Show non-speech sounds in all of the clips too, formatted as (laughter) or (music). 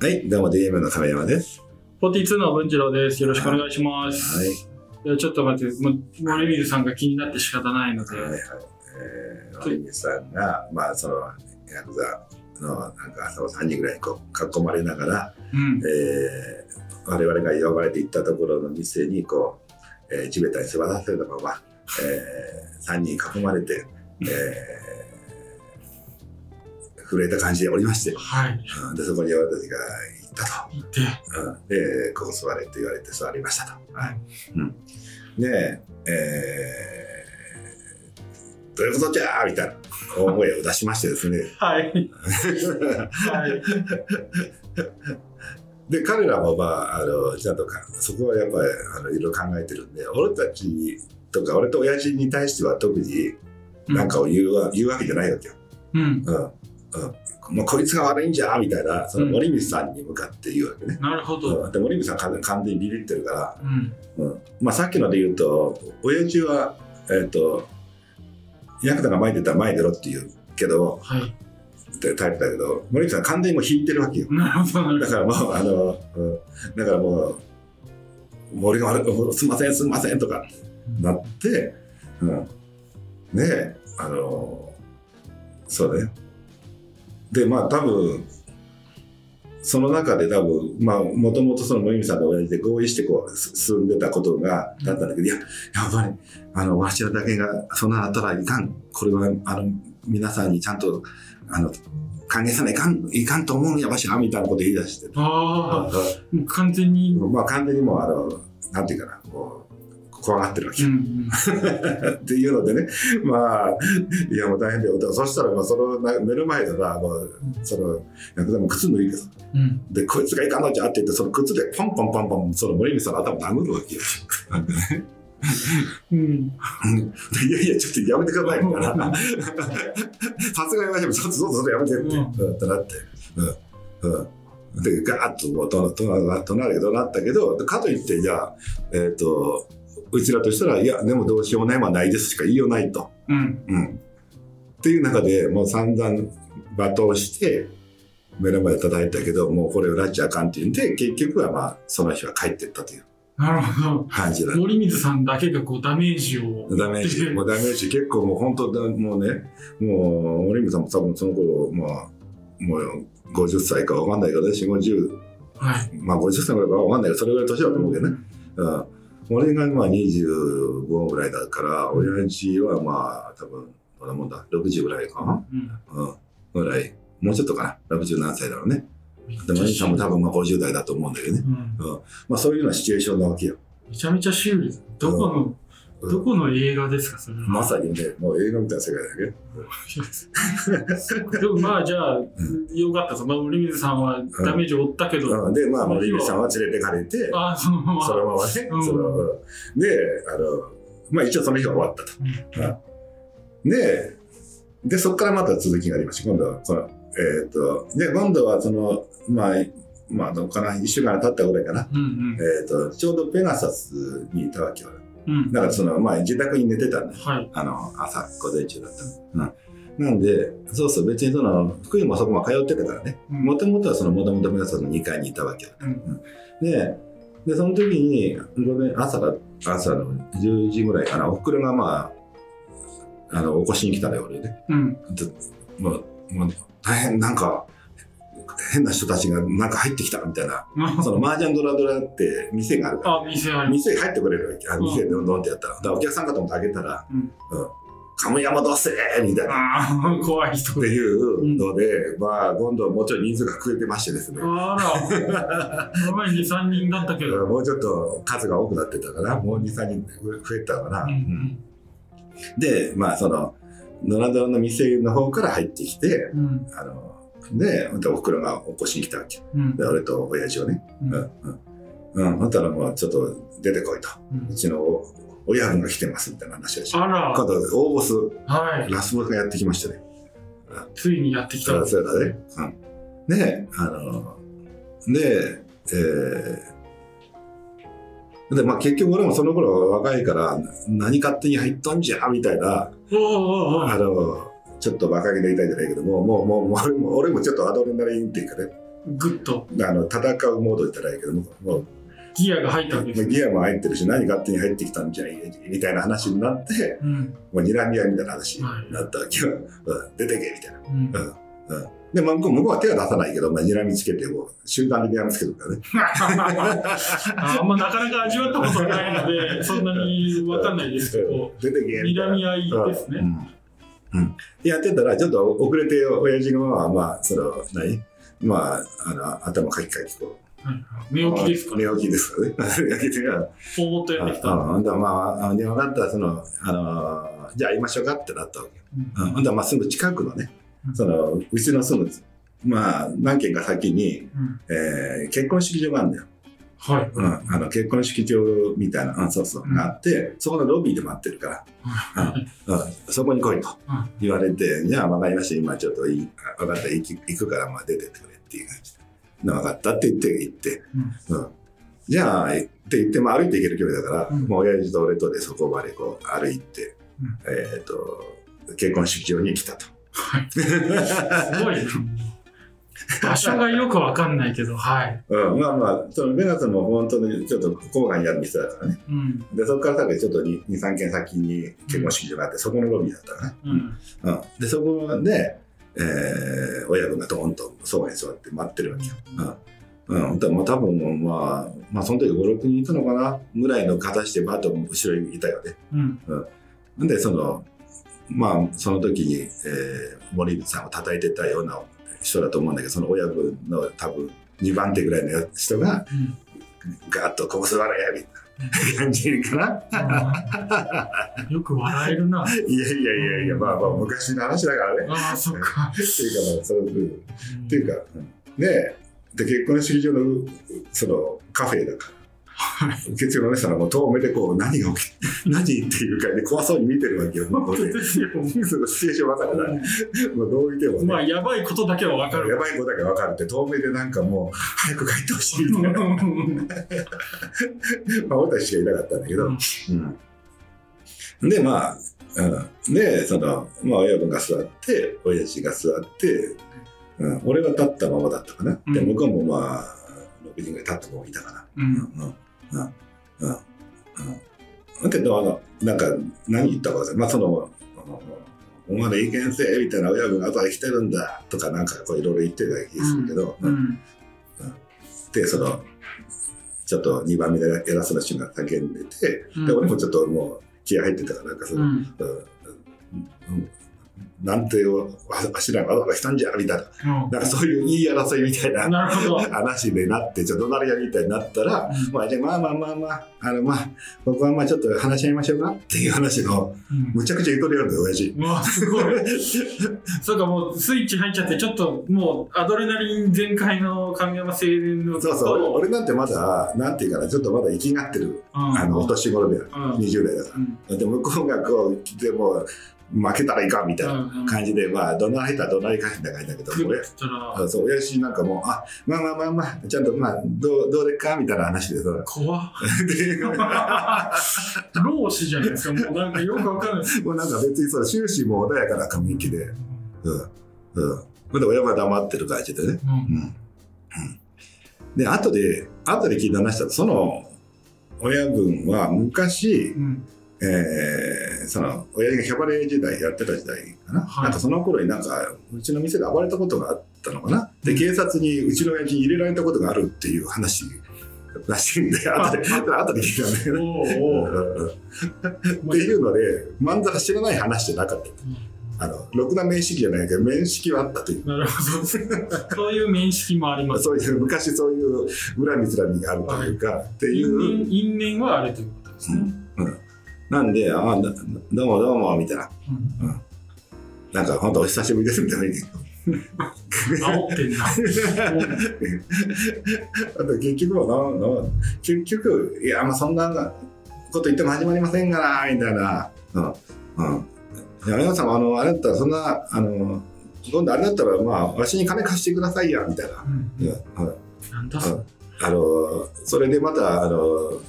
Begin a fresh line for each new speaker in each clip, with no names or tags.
はい、どうも DM の亀山です。
42の文次郎です。よろしくお願いします。
はい。
いやちょっと待って、もう、モレミルさんが気になって仕方ないので。
はいはい。えー、マリミさんが、まあ、その、ヤクザの、なんか、その3人ぐらいにこう囲まれながら、
うん。
えー、我々が呼ばれて行ったところの店に、こう、えー、地べたに座らせたまま、えー、3人囲まれて、えー、震えた感じでおりまして、
はい。
うんで、そこに俺たちが行ったと。
行って。
うんで、ここ座れって言われて座りましたと。はいうん、で、えー、どういうことじゃーみたいな大声を出しましてですね。
はい。はい。
で、彼らもまあ、あの、ちゃんとか、そこはやっぱり、あの、いろいろ考えてるんで、俺たちとか、俺と親父に対しては特に (laughs) なんかを言うわ,、言うわけじゃないわけよ。
うん。
うん。うん、もうこいつが悪いんじゃーみたいな、その
うん
森光さんに向かって言うわけね。
なるほ
う
ど。
ん、で、森光さん完全完全にビビってるから、
うん。
うんまあ、さっきので言うと親父は、えっとヤクザが前に出たら前に出ろって言うけど
はい。
ってタイプだけど森口さん完全にもう引いてるわけよ
なるほど、なる
だ
ほ
からもうあの、うんだからもうもう俺が悪いもうすんませんすんませんとかなって、うん、であのそうねでまあ多分その中で多分まあもともとその森美さんと親父で合意してこうす進んでたことがだったんだけど、いややっぱりあのわしらだけがそんなのあったらいかんこれはあの皆さんにちゃんとあの歓迎さないかんいかんと思うんやわしらみたいなこと言い出して、
ど。ああ、
う
もう完全に。
んまあ完全にもうあのなんていうかなもう怖がってるわけ
うんうん。
っていうのでね、 (laughs) まあ、いやもう大変だよ。だからそしたら、まあ、そのな目の前でな、もう、その、ヤクザも靴脱いでさ、
うん。
で、こいつがいかんのじゃって言って、その靴でポンポンポンポン、その森光さんの頭殴るわけよ。
うん。
(laughs) でいやいや、ちょっとやめてください、みたいな。殺害はやめて、ちょっとちょっとそれやめてって、
う
うん、ってなって。うん。うん。で、ガーッともう、とな、とな、となるけど、なったけど、かといって、じゃあ、えっ、と、うちらとしたら、いや、でもどうしようもないもんはないですしか言いようないと。
(laughs) うん。
うん、っていう中でもう散々罵倒して目の前で叩いたけどもうこれを拉致あかんって言うんで結局はまあその日は帰ってったという
なるほど。
感じだ
森水さんだけがこうダメージを。
ダメージもうダメージ結構もう本当だもうねもう森光さんも多分その頃まあもう50歳かわかんないけどね4050
はい。
まあ50歳ぐらいかわかんないけどそれぐらいの年だと思うけどね、うん、俺がまあ25ぐらいだから親父はまあ多分どんなもんだ60ぐらいかな
うん。
うん、ぐらい、もうちょっとかな、60何歳だろうね。でも、兄さんも多分まあ50代だと思うんだけどね。
うん。
まあ、そういうようなシチュエーションなわけよ。
めちゃめちゃシュール。どこの、
うん
どこの映画ですか、それは。
まさにね、もう映画みたいな世界だけど。
(laughs) でもまあじゃあ、
ん
よかったです。まあ、森水さんはダメージを負ったけど、
うんで、まあ、森口さんは連れてかれて、
ああ、そのまま。
そのままね、
うん
そのうんで、あの、まあ、一応その日は終わったと。うんで、で、そこからまた続きがありまして、今度は、この、えっ、と、で、今度は、その、まあ、まあ、どうかな、1週間経ったぐらいかな。
うん
えっ、と、ちょうどペガサスにいたわけよ。
うん。うん。
だからその、まあ、自宅に寝てたんだよ
はい。
あの朝午前中だったの、うん、なんでそうそう別にその福井もそこも通ってたからね
うん
もともとはそのもともと皆さんの2階にいたわけよ、
う
ででその時に午前朝が朝の10時ぐらいかなおふくろがまああの起こしに来たのよ俺ね
うん。 (laughs)
もうもう大変なんか変な人たちがなんか入ってきたみたいなその麻雀ドラドラって店があるから
あ、店あります。
店に入ってくれるわけあ
うん
店でドンってやったらだからお客さんかと思って開けたら「
うん
うんカムヤマどうせ!」みたいなっ
ああ、怖い人
て。いうので、まあ今度はもうちょい人数が増えてましてですね
あら、その前に2、3人だったけど。
もうちょっと数が多くなってたからもう23人増えたのかな、
うんうん
でまあそのドラドラの店の方から入ってきて
うん
あのでまたおふくろが起こしに来たわけ
うん
で俺と親父をね
う
うん
ん
うんうんほんたらもうちょっと出てこいとうちの親分が来てますみたいな話をして
あら、
今度大ボス
はい。
ラスボスがやってきましたね。
ついにやってき
そ
た。
うそうだね。うん、で、あの、で、えーで、まあ結局俺もその頃は若いから、何勝手に入っとんじゃみたいな、
おーおーおー
あの、ちょっと馬鹿げで言いたいじゃないけども、もう、もう、もう俺も、俺もちょっとアドレナリンっていうかね、
グッと
あの戦うモード言ったらいいけどももう
ギアが入ったわけです。
ギアも入ってるし何勝手に入ってきたんじゃいみたいな話になって
うん。
もう睨み合いみたいな話に
はい
なったわけよ、うん、出てけみたいな
うん。
で、まあ、向こう向こうは手は出さないけど、まあ、睨みつけてもう集団で睨みつけるからね
ああんまなかなか味わったことないので、そんなに (laughs) わかんないですけど、
出てけみたい
睨
な
み合いですね。
うんうん、やってたらちょっと遅れて親父のまままあその何まああの頭かきかきこう
はい寝起きですか
寝起きですからね寝起きで
(laughs) ポーっとやってきた。
うんほんとまああで分かったらそのあのじゃあ会いましょうかってなったわけよ
うん
うんほんとはまあすぐ近くのね
うん
そのうちの住むまあ何軒か先に、
うん
えー結婚式場があるんだよ、
はい。
うん、あの結婚式場みたいな、うん、そうそう、
うん
があってそこのロビーで待ってるからうんそこに来いと
うん
言われて、じゃあ分かりました、今ちょっといい分かった、行き行くからまあ出てってくれっていう感じで、分かったって言って、行って、うんじゃあ、えって言って、まあ、歩いて行ける距離だから、
うん
もう親父と俺とでそこまでこう歩いて、
うん
えっ、と、結婚式場に来たと。
はい。すごいな。場所がよくわかんないけど、はい。
(laughs) うん、まあまあ、そのベガスも本当にちょっと郊外にある店だからね。
うん。
で、そこから先ちょっと2、3軒先に結婚式場があって、そこのロビーだったからね。
うん。
うん、でそこで、えー親分がドーンとそばに座って待ってるわけよ。うんうん、だからまあ多分、まあ、まあその時56人いたのかなぐらいの形でバッと後ろにいたよね。
うん。
なんでそのまあその時に、えー森口さんを叩いてたような人だと思うんだけどその親分の多分2番手ぐらいの人が
うん。
ガーッと「ここ座れ!」みたいな感じかな。
あーよく笑えるな。
いやいやいやいやまあまあ昔の話だからね。
ああ、そっか。
っていうかまあそういう。
っ
っていうか、ねで結婚式場のうそのカフェだから受付のお姉さんがもう遠目でこう何が起き (laughs) 何っていうかね怖そうに見てるわけよ向こうでそのシチュエーション分かるなもうどう見てもね、
(laughs) まあ、やばいことだけはわか
や
る。
ばい子だけ分かるって遠目でなんかもう早く帰ってほしいみたいな
う
まあ俺たちしかいなかったんだけど、
うん
うんでまあ、うん、でその、まあ、親分が座って親父が座って、うん、俺は立ったままだったかな、で
うん
向こうもまあ6人ぐらい立ったままいたかな、うん
ん。
うんうんうんうんだけどあのなんか何言ったか忘れたまあそのあのお前の意見せみたいな親分が後は来てるんだとかなんかこういろいろ言ってた気がするけど、
うん。
でそのちょっと2番目で偉そうな人が叫んでて、
うん
で俺もちょっともう気合入ってたからなんかその、
う
うん
ん。
うんうんなんてをわしらがわざわざしたんじゃみたいな
うん
なんかそういういい争いみたいな
なるほど。
話でなってちょっと怒鳴り合いみたいになったら、
うん
まあじゃあまあまあまあまああのまあここはまあちょっと話し合いましょうかっていう話の
うん
むちゃくちゃ言うとるような親
(laughs)
父。
うわ、すごい。そうか、もうスイッチ入っちゃって、ちょっともうアドレナリン全開の神山青年の
そうそう俺なんてまだなんていうかなちょっとまだ生きがってる、
うん
あのお年頃で
うん
20代だから。
うん
で向こうがこう来ても負けたらいかんみたいな
うん
感じで、まあ怒鳴られたら怒鳴り返すんだ感じだけど
食
俺
ったら
あそう親父なんかもうあまあまあまあまあちゃんとまあどうどうでっかみたいな話でその
怖っ
で
老子じゃないですかもうなんかよくわかんな
(laughs)
い
もうなんか別にその終始もう穏やかな雰囲気でうんうんまだ親は黙ってる感じでね
うん
うんうんで後で後で聞いた話だとその親分は昔
うん
えーその親父がキャバレー時代やってた時代かな,、
はい
なんかその頃になんかうちの店で暴れたことがあったのかなで警察にうちの親父に入れられたことがあるっていう話らしいんで後で後で聞いたんだけど。
お
うん
うおう
うんうんっていうのでまんざら知らない話じゃなかったあのろくな面識じゃないけど面識はあったという
なるほどそういう面識もあります
そういう昔そういう恨みつらみがあるというかってい
因
う
縁因縁はあるということですね
なんで「ああどどうもどうも」みたいな
うん
なんか本当お久しぶりですみたいな
煽ってんな
あと結局はなな結局いやまあそんなこと言っても始まりませんがなみたいなうんうんいや皆さんあのあれだったらそんなあの今度あれだったらまあわしに金貸してくださいやみたいな、
うん
いやはい
なんだそれ
あのそれでまたあの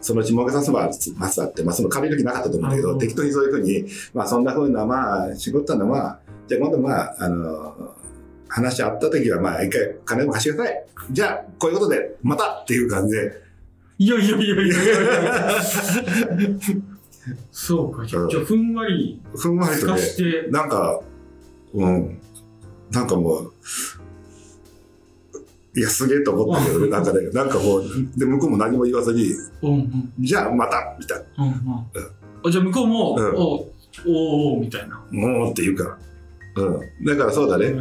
そのうち儲けさせますわって、まあ、その借りる気なかったと思うんだけ
う
ど
ん
適当にそういうふうに、まあ、そんなふうなまあ仕事なまあじゃあ今度まああの話あった時は、まあ、一回金でも貸してください。じゃあ、こういうことで、またっていう感じで。 (laughs)
いやいやいやいやいやいやそうか、じゃあ
うん
じゃあふんわり
ふんわり
透
と
か
ね、
して、
なんか、うん、なんかもう、いや、すげえと思ったけどね、なんかね、なんかもう、で、向こうも何も言わずに、
うんうん
じゃあ、またみたい
うんうんあ。じゃあ向こうも、
うん
おうおうおうみたいな。
な、もうって言うから。うん。だからそうだね。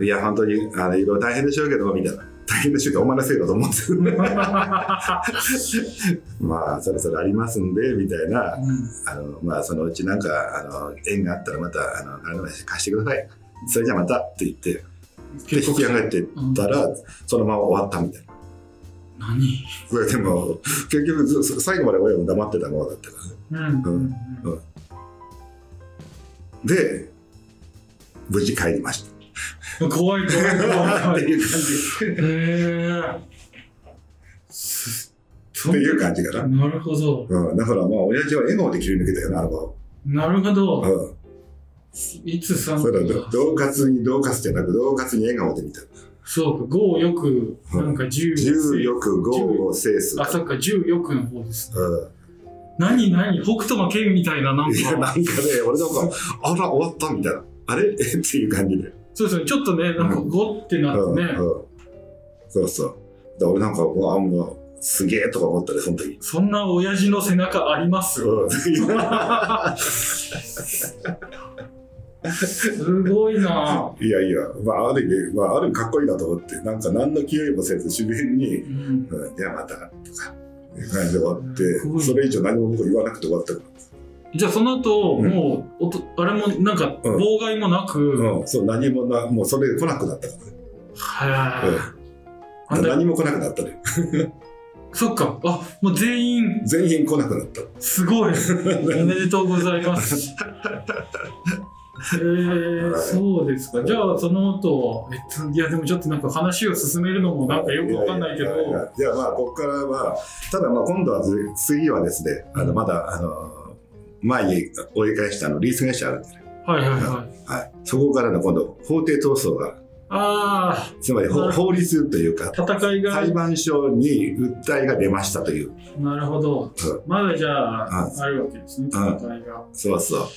いや、本当に、あの、いろいろ大変でしょうけど、みたいな。大変でしょうけど、お前のせいだと思ってる (laughs) ね。まあ、そろそろありますんで、みたいな。あの、まあ、そのうちなんか、あの、縁があったらまた、あの、金の貸してください。それじゃあまたって言って、で、引き上がってったら、そのまま終わったみたいな。
何
それでも、結局ず、ず最後まで親も黙ってたままだったからね。
うん
うで、無事帰りました。
うん怖い怖い怖い怖
(laughs) っ
い。
て
へ
いう感じ。 (laughs) っ
え。す
ていう感じかな。
なるほど。
うん、だからまあ、親父は笑顔で切り抜けたよな、あの子。
なるほど。
うん。
いつさん
そうだ、恫喝に恫喝じゃなく、恫喝に笑顔で見た。
そうか、5よく、なんか10、
十欲豪を制す。
あ、そっか、10よくの方です。
うん。
何何北斗の剣みたいな、なん
いや、なん
か。
かね、俺なんか、あら、終わったみたいな。あれ (laughs) っていう感じで。
そうですね、ちょっとね、なんか
うん
5ってな
うん
ってね。
うんそうそう。だから俺なんか、うわあ、もう、すげえとか思ったね、その時。
そんな親父の背中あります
う
すごいなぁ。
んいやいや、まあ、ある意味、まあ、ある意味かっこいいなと思って、なんか何の気負いもせず、自然に、
うん
うん、じゃあまた、とか、いう感じで終わっ
すごい
て、それ以上何も僕言わなくて終わったか
じゃあその後、
うん
もうおとあれもなんか
うん
妨害もなく、
ら。
は
うん、そう、何もな、もうそれで来なくなったからね。
ああ
うんん、
た
何も来なくなったね。
そっかあもう全員
全員来なくなった。
す
(laughs)
ごいおめでとうございますえー、
はい
そうですかじゃあその後えっといやでもちょっとなんか話を進めるのもなんかよくわかんないけど
やややじゃあまあここからはただまあ今度はず次はですねあのまだあの前に追い返したあのリース会社あるんですね、
はいはいはい
はい、そこからの今度法廷闘争が
あ
つまり
な
法
るほ
法律というか
あ戦いが
裁判所に訴えが出ましたという
なるほどまだじゃあ、
う
あるわけですね戦
ん
いが、
そうそう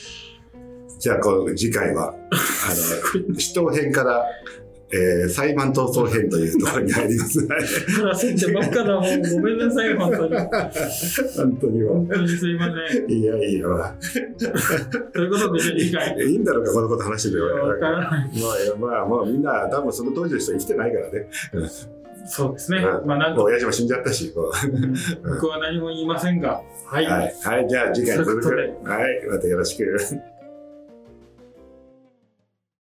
じゃあこう次回は
(laughs)
あの死闘編から、えー裁判闘争編というところに入ります、はい
プラスってばっかだもんごめんなさい本当に
(laughs) 本当にも
本当にすいません
ういやいやまあ
ということでじゃあ次回
いいんだろうかこのこと話してて
わからな
ま
い
あいや、まあ、まあ、みんな、多分その当時の人は生きてないからね。
そうですね
う
まあなん
も
か
う親父も死んじゃったし、もう。
僕は何も言いませんがはい、
はい。はい、じゃあ次回続く。
そう
はい
い
い、
う
またよろしく。